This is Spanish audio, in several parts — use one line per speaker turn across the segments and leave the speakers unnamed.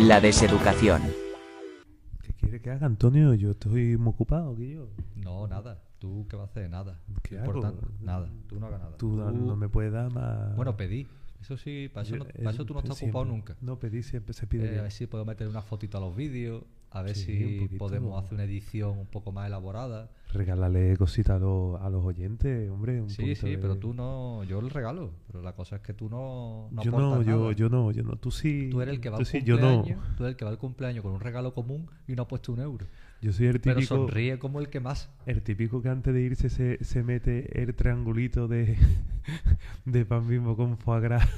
La deseducación.
¿Qué quiere que haga, Antonio? Yo estoy muy ocupado, que yo.
No, nada. ¿Tú qué vas a hacer? Nada.
¿Qué hago?
Importante. Nada. Tú no hagas nada.
Tú no- no me puedes dar más.
Bueno, pedí. Eso sí, para eso, no-
Eh,
para eso tú no estás ocupado
siempre.
nunca.
No pedí, siempre se
Eh,
pide.
a ver si podemos meter una fotito a los vídeos, a ver
Sí, un
si
poquito.
podemos hacer una edición un poco más elaborada.
Regálale cositas a, los- a los oyentes, hombre. un
Sí,
poquito
sí,
de-
pero tú no. Yo el regalo, pero la cosa es que tú no. no
yo
aportas
no, yo,
nada.
yo no, yo no. Tú sí.
Tú eres el que va
tú
al
sí, yo no.
cumpleaños. Tú eres el que va al cumpleaños con un regalo común y no ha puesto un euro.
Yo soy el
Pero
típico.
sonríe como el que más.
El típico que antes de irse se, se mete el triangulito de, de pan bimbo con foie gras.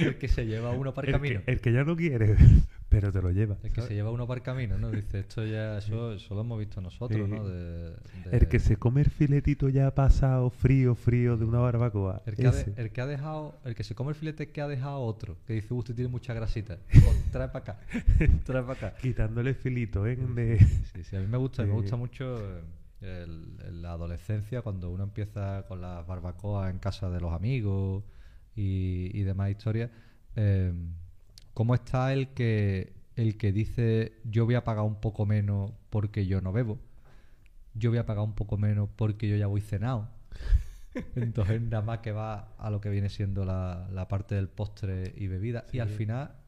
El que se lleva uno para el
El
camino.
que, el que ya no quiere, pero te lo lleva.
El que
¿sabes?
se lleva uno para el camino, ¿no? Dice, esto ya eso, eso lo hemos visto nosotros,
Sí.
¿no? De- de-
El que se come el filetito ya pasado frío, frío de una barbacoa.
el que, ha de-
Ese.
el que ha dejado, el que se come el filete que ha dejado otro, que dice, usted tiene mucha grasita. Pues, trae para acá, trae para acá.
Quitándole filito, ¿eh? De-
Sí, sí, a mí me gusta, me
Sí.
gusta mucho eh, el- el- la adolescencia cuando uno empieza con las barbacoas en casa de los amigos y, y demás historias. Eh, ¿Cómo está el que el que dice yo voy a pagar un poco menos porque yo no bebo? Yo voy a pagar un poco menos porque yo ya voy cenado. Entonces nada más que va a lo que viene siendo la, la parte del postre y bebida. Y al final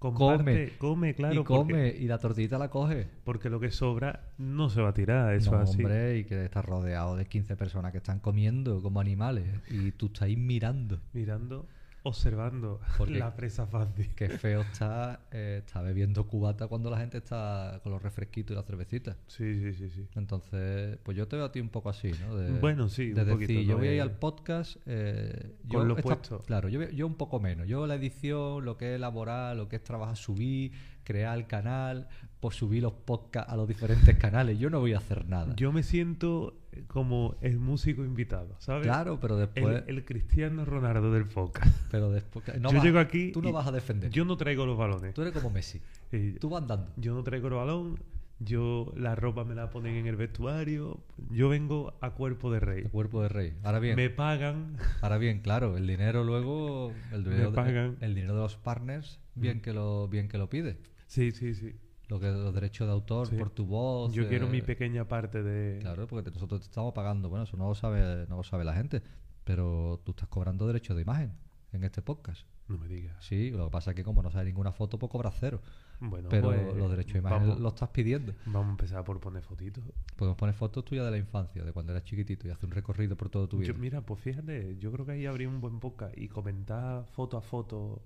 Comparte,
come,
come, claro,
y
porque-
come y la tortillita la coge.
Porque lo que sobra no se va a tirar, eso
no,
es así.
hombre, y que estás rodeado de 15 personas que están comiendo como animales y tú estás ahí mirando.
Mirando, observando
Porque-
la presa fácil.
Qué feo está, eh, está bebiendo cubata cuando la gente está con los refresquitos y las cervecitas.
Sí, sí, sí, sí.
Entonces, pues yo te veo a ti un poco así, ¿no? De-
Bueno, sí,
de
un
decir,
poquito,
yo
¿no?
voy a ir
Eh,
al podcast. eh, yo
con lo
esta-
puesto.
Claro, yo, yo un poco menos. Yo la edición, lo que es elaborar, lo que es trabajar, subir, crear el canal, pues subir los podcasts a los diferentes canales. Yo no voy a hacer nada.
Yo me siento como el músico invitado, ¿sabes?
claro, pues pero
El,
después.
el Cristiano Ronaldo del foca.
Pero después. no
yo
vas-
llego aquí.
Tú no
y
vas a defender.
Yo no traigo los balones.
Tú eres como Messi.
Y-
Tú vas andando.
Yo no traigo el balón. Yo la ropa me la ponen en el vestuario. Yo vengo a cuerpo de rey.
El cuerpo de rey. Ahora bien,
Me pagan.
ahora bien, claro, el dinero luego. El dinero, de-
pagan. Mm.
el dinero de los partners, bien que lo, bien que lo pide.
Sí, sí, sí.
Lo que los derechos de autor
Sí.
por tu voz.
Yo quiero
eh,
mi pequeña parte de.
Claro, porque te- nosotros te estamos pagando. Bueno, eso no lo sabe, no lo sabe la gente. Pero tú estás cobrando derechos de imagen en este podcast.
No me digas.
Sí, lo que pasa es que como no sale ninguna foto, pues cobras cero.
Bueno,
pero
pues,
los derechos de imagen
Vamos,
los estás pidiendo.
vamos a empezar por poner fotitos.
Podemos poner fotos tuyas de la infancia, de cuando eras chiquitito y hacer un recorrido por todo tu vida.
Yo- mira, pues fíjate, yo creo que ahí habría un buen podcast y comentar foto a foto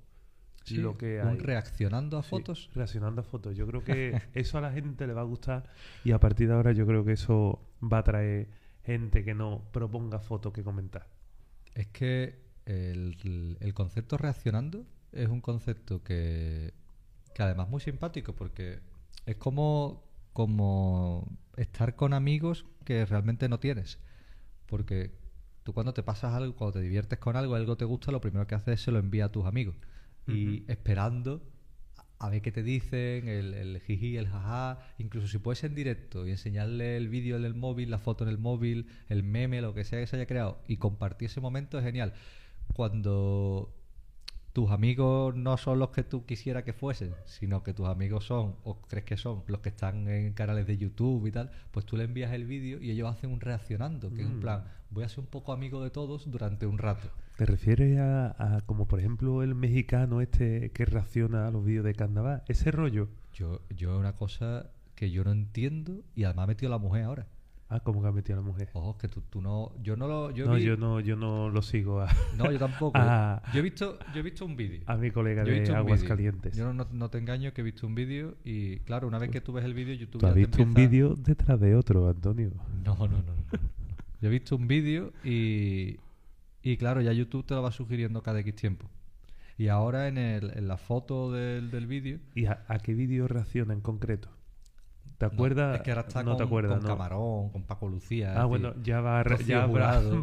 Sí,
lo que
un
hay.
reaccionando a
Sí,
fotos.
Reaccionando a fotos. Yo creo que eso a la gente le va a gustar y a partir de ahora yo creo que eso va a traer gente que no proponga fotos que comentar.
Es que el, el concepto reaccionando es un concepto que, que además es muy simpático porque es como, como estar con amigos que realmente no tienes. Porque tú cuando te pasas algo, cuando te diviertes con algo, algo te gusta, lo primero que haces es se lo envía a tus amigos. Y esperando a ver qué te dicen, el, el jiji, el jaja, incluso si puedes en directo y enseñarle el vídeo en el móvil, la foto en el móvil, el meme, lo que sea que se haya creado y compartir ese momento es genial. Cuando tus amigos no son los que tú quisieras que fuesen, sino que tus amigos son o crees que son los que están en canales de YouTube y tal, pues tú le envías el vídeo y ellos hacen un reaccionando, que es un
Mm.
plan, voy a ser un poco amigo de todos durante un rato.
¿Te refieres a, a como por ejemplo el mexicano este que reacciona a los vídeos de carnaval? Ese rollo.
Yo yo una cosa que yo no entiendo y además ha metido la mujer ahora.
Ah, como que ha metido a la mujer.
Ojo, que tú, tú no. Yo no lo. Yo
no,
vi-
yo no, yo no lo sigo a,
no, yo tampoco.
Ah.
Yo he visto, yo he visto un vídeo.
a mi colega
Yo he
de
visto un
Aguas
vídeo.
Calientes.
Yo no, no- no te engaño que he visto un vídeo y, claro, una vez que tú ves el vídeo, YouTube
Tú has
ya te
visto un
empieza-
vídeo detrás de otro, Antonio.
No, no, no. no, no. Yo he visto un vídeo y. Y claro, ya YouTube te lo va sugiriendo cada X tiempo. Y ahora en, el- en la foto del, del vídeo.
¿Y a, a qué vídeo reacciona en concreto? ¿Te
no,
acuerdas?
es que ahora está
no
con,
te acuerdas,
con
¿no?
Camarón, con Paco Lucía. es
Ah,
decir,
bueno, ya va a, re-
Rocío
ya habrá-
Jurado.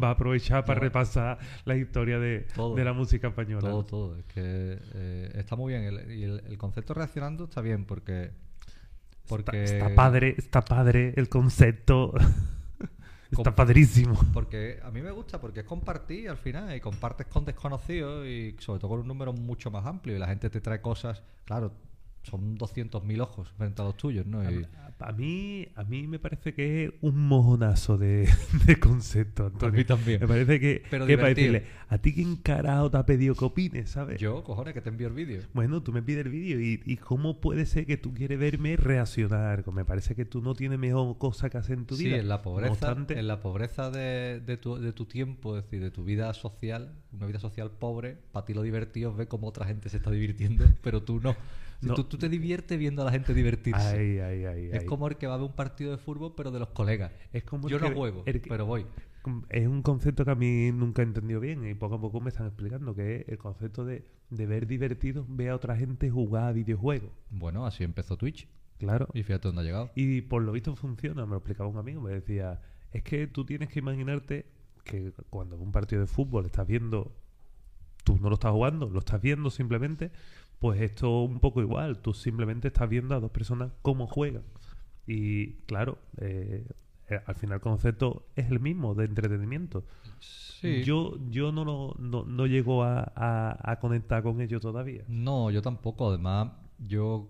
va a aprovechar para
Ya va.
repasar la historia de,
Todo.
de la música española.
Todo, todo. Es que eh, está muy bien. El, y el, el concepto reaccionando está bien porque. Porque,
Está, está padre, está padre el concepto. está padrísimo.
porque a mí me gusta, porque es compartir al final y compartes con desconocidos y sobre todo con un número mucho más amplio y la gente te trae cosas. Claro, son 200.000 ojos frente a los tuyos, ¿no? Y-
A, a mí, a mí me parece que es un mojonazo de, de concepto,
a
Antonio.
mí también.
Me parece que,
Pero
que para
divertido.
decirle, ¿a ti quién carajo te ha pedido que opines, sabes?
Yo, cojones, que te envío el vídeo.
Bueno, tú me pides el vídeo y, y ¿cómo puede ser que tú quieres verme reaccionar? Pues Me parece que tú no tienes mejor cosa que hacer en tu
sí,
vida.
en la
No
pobreza,
obstante,
en la pobreza de, de tu, de tu tiempo, es decir, de tu vida social, una vida social pobre, para ti lo divertido es ver cómo otra gente se está divirtiendo, pero tú no. Si
No.
Tú, tú te diviertes viendo a la gente divertirse.
Ay, ay, ay,
es
ay.
como el que va a ver un partido de fútbol, pero de los colegas.
Es como el
Yo no
que-
juego,
el que-
pero voy.
Es un concepto que a mí nunca he entendido bien y poco a poco me están explicando, que es el concepto de, de ver divertido, ver a otra gente jugar a videojuegos.
Bueno, así empezó Twitch.
Claro.
Y fíjate dónde ha llegado.
Y por lo visto funciona, me lo explicaba un amigo, me decía, es que tú tienes que imaginarte que cuando en un partido de fútbol estás viendo, tú no lo estás jugando, lo estás viendo simplemente, pues esto un poco igual, tú simplemente estás viendo a dos personas cómo juegan. Y claro, eh, eh, al final el concepto es el mismo de entretenimiento.
Sí.
Yo, yo no, lo, no, no llego a, a- a conectar con ello todavía.
No, yo tampoco. Además, yo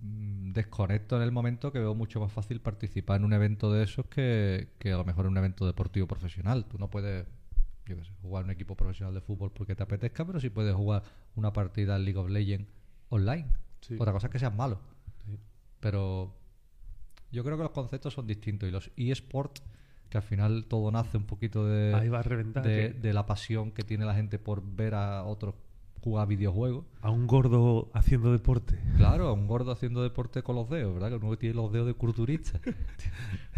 mm, desconecto en el momento que veo mucho más fácil participar en un evento de esos que, que a lo mejor en un evento deportivo profesional. Tú no puedes, yo qué sé, jugar un equipo profesional de fútbol porque te apetezca, pero sí puedes jugar una partida en League of Legends online.
Sí.
Otra cosa es que seas malo.
Sí.
Pero yo creo que los conceptos son distintos. Y los eSports, que al final todo nace un poquito de
Ahí va a reventar.
de,
que-
de la pasión que tiene la gente por ver a otros jugar videojuegos.
A un gordo haciendo deporte.
Claro, a un gordo haciendo deporte con los dedos, ¿verdad? Que uno tiene los dedos de culturista.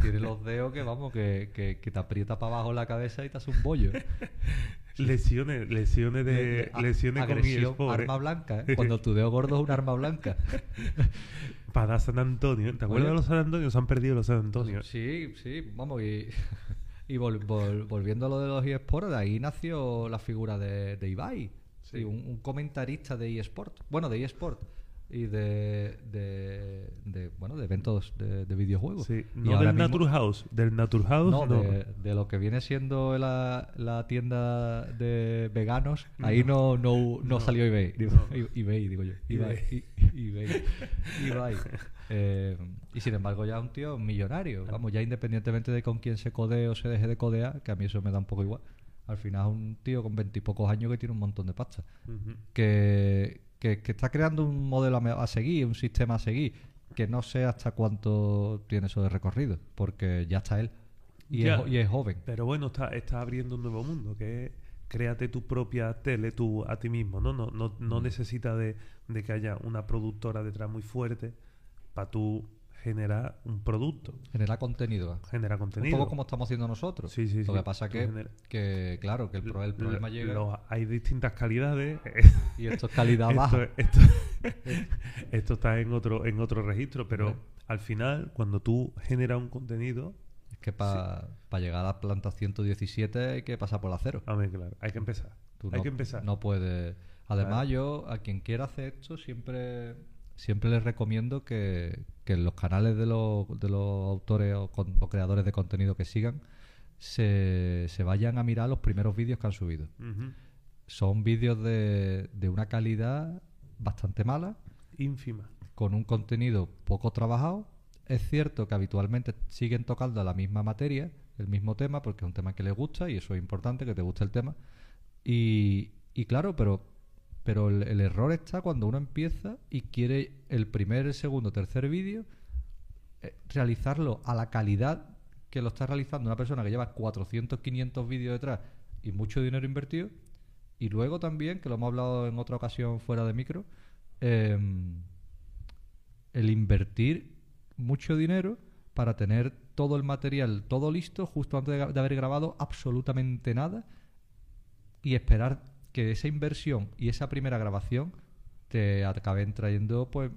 tiene los dedos que, vamos, que, que- que te aprieta para abajo la cabeza y te hace un bollo.
Lesiones, lesiones de,
Le- le- a-
lesiones con
agresión,
eSport,
arma
eh.
blanca, ¿eh? Cuando tu dedo gordo es un arma blanca.
Para San Antonio. ¿Te acuerdas
Oye.
de los San Antonio? Se han perdido los San Antonio.
Sí, sí, vamos, y, y vol- vol- volviendo a lo de los eSports, de ahí nació la figura de, de Ibai,
Sí.
sí, un, un comentarista de eSport, bueno, de eSport y de, de, de, bueno, de eventos de, de videojuegos.
Sí,
Y
No
ahora
del
mismo-
Nature House. Del Nature House
no,
no.
De, de lo que viene siendo la, la tienda de veganos, ahí no, no, no, salió eBay. Digo, eBay, digo yo. eBay. eBay. eBay. Eh, y sin embargo, ya es un tío millonario. Vamos, ya independientemente de con quién se codee o se deje de codear, que a mí eso me da un poco igual. Al final es un tío con veintipocos años que tiene un montón de pasta
Ujú.
que, que- que está creando un modelo a, me- a seguir, un sistema a seguir, que no sé hasta cuánto tiene eso de recorrido, porque ya está él. Y,
Ya.
es, jo- y es joven.
Pero bueno, está, está abriendo un nuevo mundo, que es créate tu propia tele tú a ti mismo, ¿no? No, no, no
Mm.
necesita de, de que haya una productora detrás muy fuerte para tú generar un producto,
Genera contenido.
generar
Un
contenido.
poco como estamos haciendo nosotros.
Sí, sí, sí.
Lo que pasa
Tú
que,
genera-
que, claro, que el, pro- el problema
Lo-
llega
lo- hay distintas calidades.
y esto es calidad
esto,
baja.
esto- esto está en otro, en otro registro, pero
Hombre.
al final, cuando tú generas un contenido,
Es que para llegar a la planta 117 hay que pasar por la cero.
a ver, claro, hay que empezar.
Tú
hay
no,
que empezar.
No puedes. Además,
Claro.
yo a quien quiera hacer esto siempre siempre les recomiendo que, que en los canales de los, de los autores o, con- o creadores de contenido que sigan se, se vayan a mirar los primeros vídeos que han subido.
Ujú.
Son vídeos de, de una calidad bastante mala,
Ínfima.
con un contenido poco trabajado. Es cierto que habitualmente siguen tocando la misma materia, el mismo tema, porque es un tema que les gusta y eso es importante, que te guste el tema. Y, y claro, pero, pero el, el error está cuando uno empieza y quiere el primer, el segundo, tercer vídeo eh, realizarlo a la calidad que lo está realizando una persona que lleva 400, 500 vídeos detrás y mucho dinero invertido. Y luego también, que lo hemos hablado en otra ocasión fuera de micro, em, el invertir mucho dinero para tener todo el material, todo listo, justo antes de, de haber grabado absolutamente nada y esperar que esa inversión y esa primera grabación te acaben trayendo pues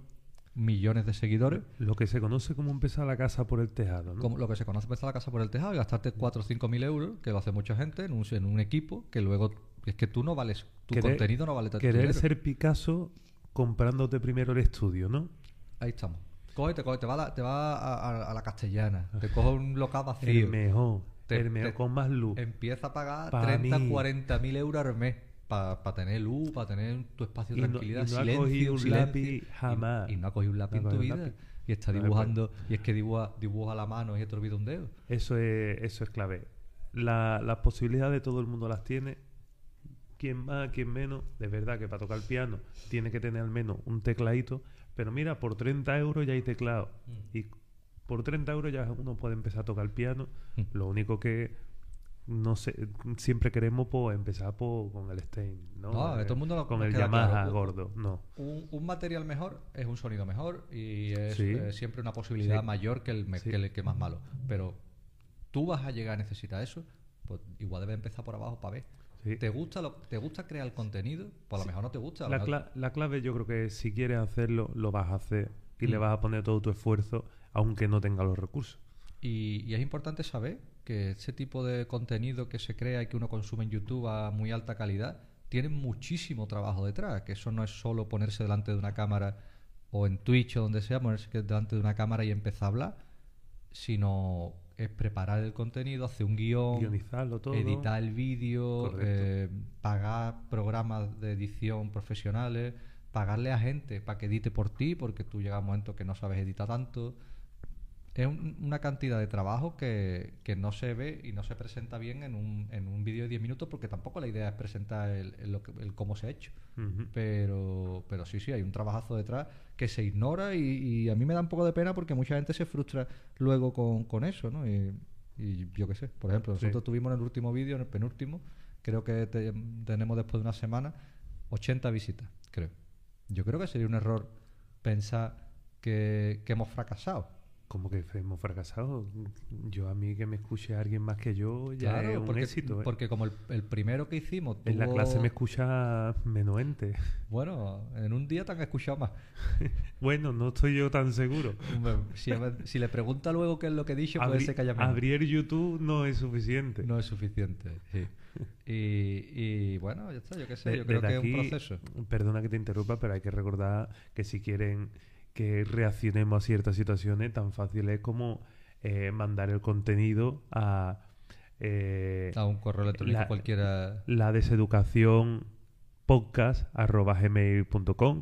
millones de seguidores
Lo que se conoce como empezar la casa por el tejado, ¿no?
como lo que se conoce empezar la casa por el tejado y gastarte 4 o 5 mil euros, que lo hace mucha gente, en un, en un equipo, que luego es que tú no vales, tu
Querer-
contenido no vale tanto.
Querer ser Picasso comprándote primero el estudio, ¿no?
Ahí estamos. Cógete, cógete, te va, a la- te va a, a- a la castellana, te coge un local vacío,
El mejor.
Te-
el mejor
te-
con más luz.
empieza a pagar
Pa'
30,
mí.
40 mil euros al mes. para tener luz, para tener tu espacio de
Y no- y
tranquilidad,
no ha
silencio,
cogido un
silencio,
lápiz
y-
jamás.
Y, no ha cogido un lápiz
No ha
en tu
cogido
vida.
un lápiz.
Y está
No,
dibujando, y es que dibuja, dibuja la mano y otro olvida un dedo.
Eso es, eso es clave. La- las posibilidades todo el mundo las tiene. Quien más, quien menos. De verdad que para tocar piano tiene que tener al menos un tecladito. Pero mira, por 30 euros ya hay teclado.
Mm.
Y por 30 euros ya uno puede empezar a tocar piano.
Mm.
Lo único que no sé, siempre queremos pues, empezar por, con el Stein, ¿no?
No, todo el mundo lo-
con
nos
el
queda
Yamaha
claro.
gordo, no.
Un, un material mejor es un sonido mejor y es
Sí.
eh, siempre una posibilidad
Sí.
mayor que el, me-
Sí.
que el que más malo. Pero tú vas a llegar a necesitar eso, pues igual debes empezar por abajo para ver.
Sí.
¿Te, gusta lo- ¿Te gusta crear el contenido? Pues a lo mejor no te gusta. a lo
La,
mejor-
cla- la clave yo creo que es, si quieres hacerlo, lo vas a hacer y le
Mm.
vas a poner todo tu esfuerzo, aunque no tenga los recursos.
Y, y es importante saber que ese tipo de contenido que se crea y que uno consume en YouTube a muy alta calidad tiene muchísimo trabajo detrás, que eso no es solo ponerse delante de una cámara o en Twitch o donde sea, ponerse que- delante de una cámara y empezar a hablar, sino es preparar el contenido, hacer un guión,
Guionizarlo todo.
editar el vídeo,
Correcto.
eh, pagar programas de edición profesionales, pagarle a gente para que edite por ti, porque tú llegas a un momento que no sabes editar tanto. Es un- una cantidad de trabajo que, que no se ve y no se presenta bien en un, en un vídeo de 10 minutos, porque tampoco la idea es presentar el, el lo que- el cómo se ha hecho.
Ujú.
Pero, pero sí, sí, hay un trabajazo detrás que se ignora y, y a mí me da un poco de pena porque mucha gente se frustra luego con, con eso, ¿no? Y, y yo qué sé, por ejemplo,
Sí.
nosotros tuvimos en el último vídeo, en el penúltimo, creo que te- tenemos después de una semana 80 visitas, creo. Yo creo que sería un error pensar que, que hemos fracasado.
Como que hemos fracasado. Yo a mí que me escuche alguien más que yo ya
Claro,
es un
porque,
éxito. ¿eh?
porque como el, el primero que hicimos...
en la
tuvo-
clase me escucha menos gente.
Bueno, en un día te han escuchado más.
bueno, no estoy yo tan seguro.
Hombre, si, si le pregunta luego qué es lo que he dicho, puede
Abri-
ser que haya menos.
abrir YouTube no es suficiente.
No es suficiente. sí. Y, y bueno, ya está, yo qué sé,
De-
yo creo que
desde
es un
aquí, eh,
proceso.
Perdona que te interrumpa, pero hay que recordar que si quieren que reaccionemos a ciertas situaciones, tan fácil es como eh, mandar el contenido a eh,
A un correo electrónico
la-
cualquiera.
la deseducación podcast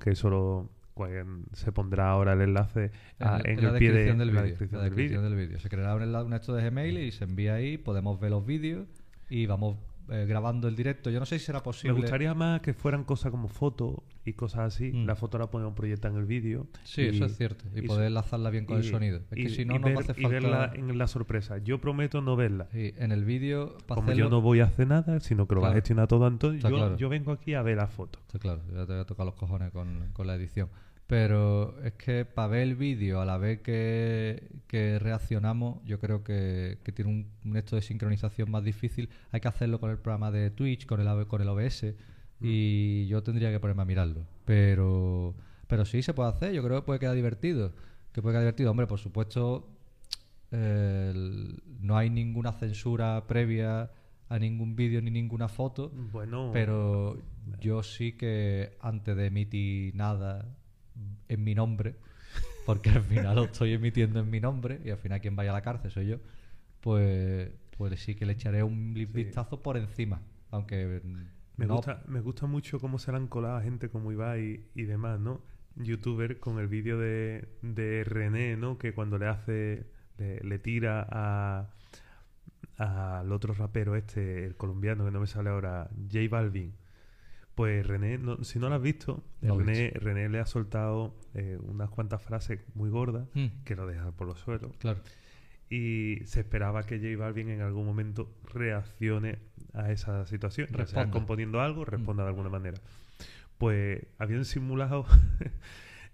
que eso lo- cual- se pondrá ahora el enlace a- en,
eh, la
el pie de
descripción del
Ah, la
vídeo,
descripción
la
del vídeo.
descripción del vídeo. Se creará un, enla- un esto de Gmail y se envía ahí, podemos ver los vídeos y vamos eh, grabando el directo. Yo no sé si será
Me
posible.
gustaría más que fueran cosas como fotos y cosas así.
Mm.
La foto la podemos proyectar en el vídeo.
Sí,
y-
eso es cierto. Y,
y
poder
su-
enlazarla bien con el
y-
sonido. Es
y-
que si no,
y
no
ver-
hace
Y verla
falta.
en la sorpresa. Yo prometo no verla.
Sí, en el vídeo, para
Como
hacerlo.
yo no voy a hacer nada, sino que lo va a
Claro.
gestionar todo Antonio,
Está
yo,
claro.
yo vengo aquí a ver la foto.
Está claro, ya te voy a tocar los cojones con, con la edición. Pero es que para ver el vídeo a la vez que, que reaccionamos, yo creo que, que tiene un, un esto de sincronización más difícil. Hay que hacerlo con el programa de Twitch, con el, AV con el OBS, y yo tendría que ponerme a mirarlo. Pero, pero sí se puede hacer, yo creo que puede quedar divertido. Que puede quedar divertido. Hombre, por supuesto, el- no hay ninguna censura previa a ningún vídeo ni ninguna foto.
Bueno,
Pero yo sí que antes de emitir nada en mi nombre, porque al final lo estoy emitiendo en mi nombre y al final quien vaya a la cárcel soy yo, pues, pues sí que le echaré un li- vistazo por encima. Aunque
me,
no-
gusta, me gusta mucho cómo se le han colado a gente como Ibai y demás, ¿no? Youtuber con el vídeo de, de René, ¿no? Que cuando le hace, le, le tira a al otro rapero este, el colombiano, que no me sale ahora, J Balvin. Pues René, no- si no lo has visto,
No lo he
René, René le ha soltado eh, unas cuantas frases muy gordas
Mm,
que lo deja por los suelos.
claro.
y se esperaba que J Balvin en algún momento reaccione a esa situación. Ya sea
Responda.
componiendo algo, responda de alguna manera. Pues habían simulado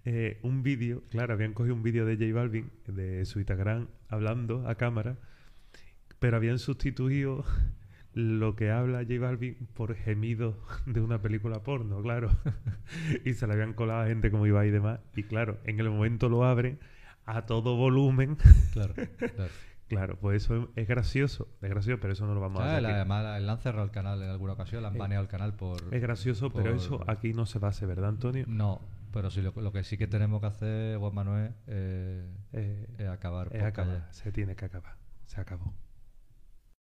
eh, un vídeo, claro, habían cogido un vídeo de J Balvin de su Instagram hablando a cámara, pero habían sustituido lo que habla J Balvin por gemido de una película porno, claro. y se le habían colado a gente como Ibai y demás. Y claro, en el momento lo abren a todo volumen.
Claro, claro.
Claro, pues eso es, es gracioso. Es gracioso, pero eso no lo vamos
Ah,
a hacer.
el-
aquí.
además, la- le han cerrado el canal en alguna ocasión, le han
Eh,
baneado el canal por...
Es gracioso, pero
por- Mm,
eso aquí no se va a hacer, ¿verdad, Antonio?
No, pero sí, lo, lo que sí que tenemos que hacer, Juan Manuel, eh,
Eh,
es acabar.
es
podcast
acabar,
ya.
Se tiene que acabar. Se acabó.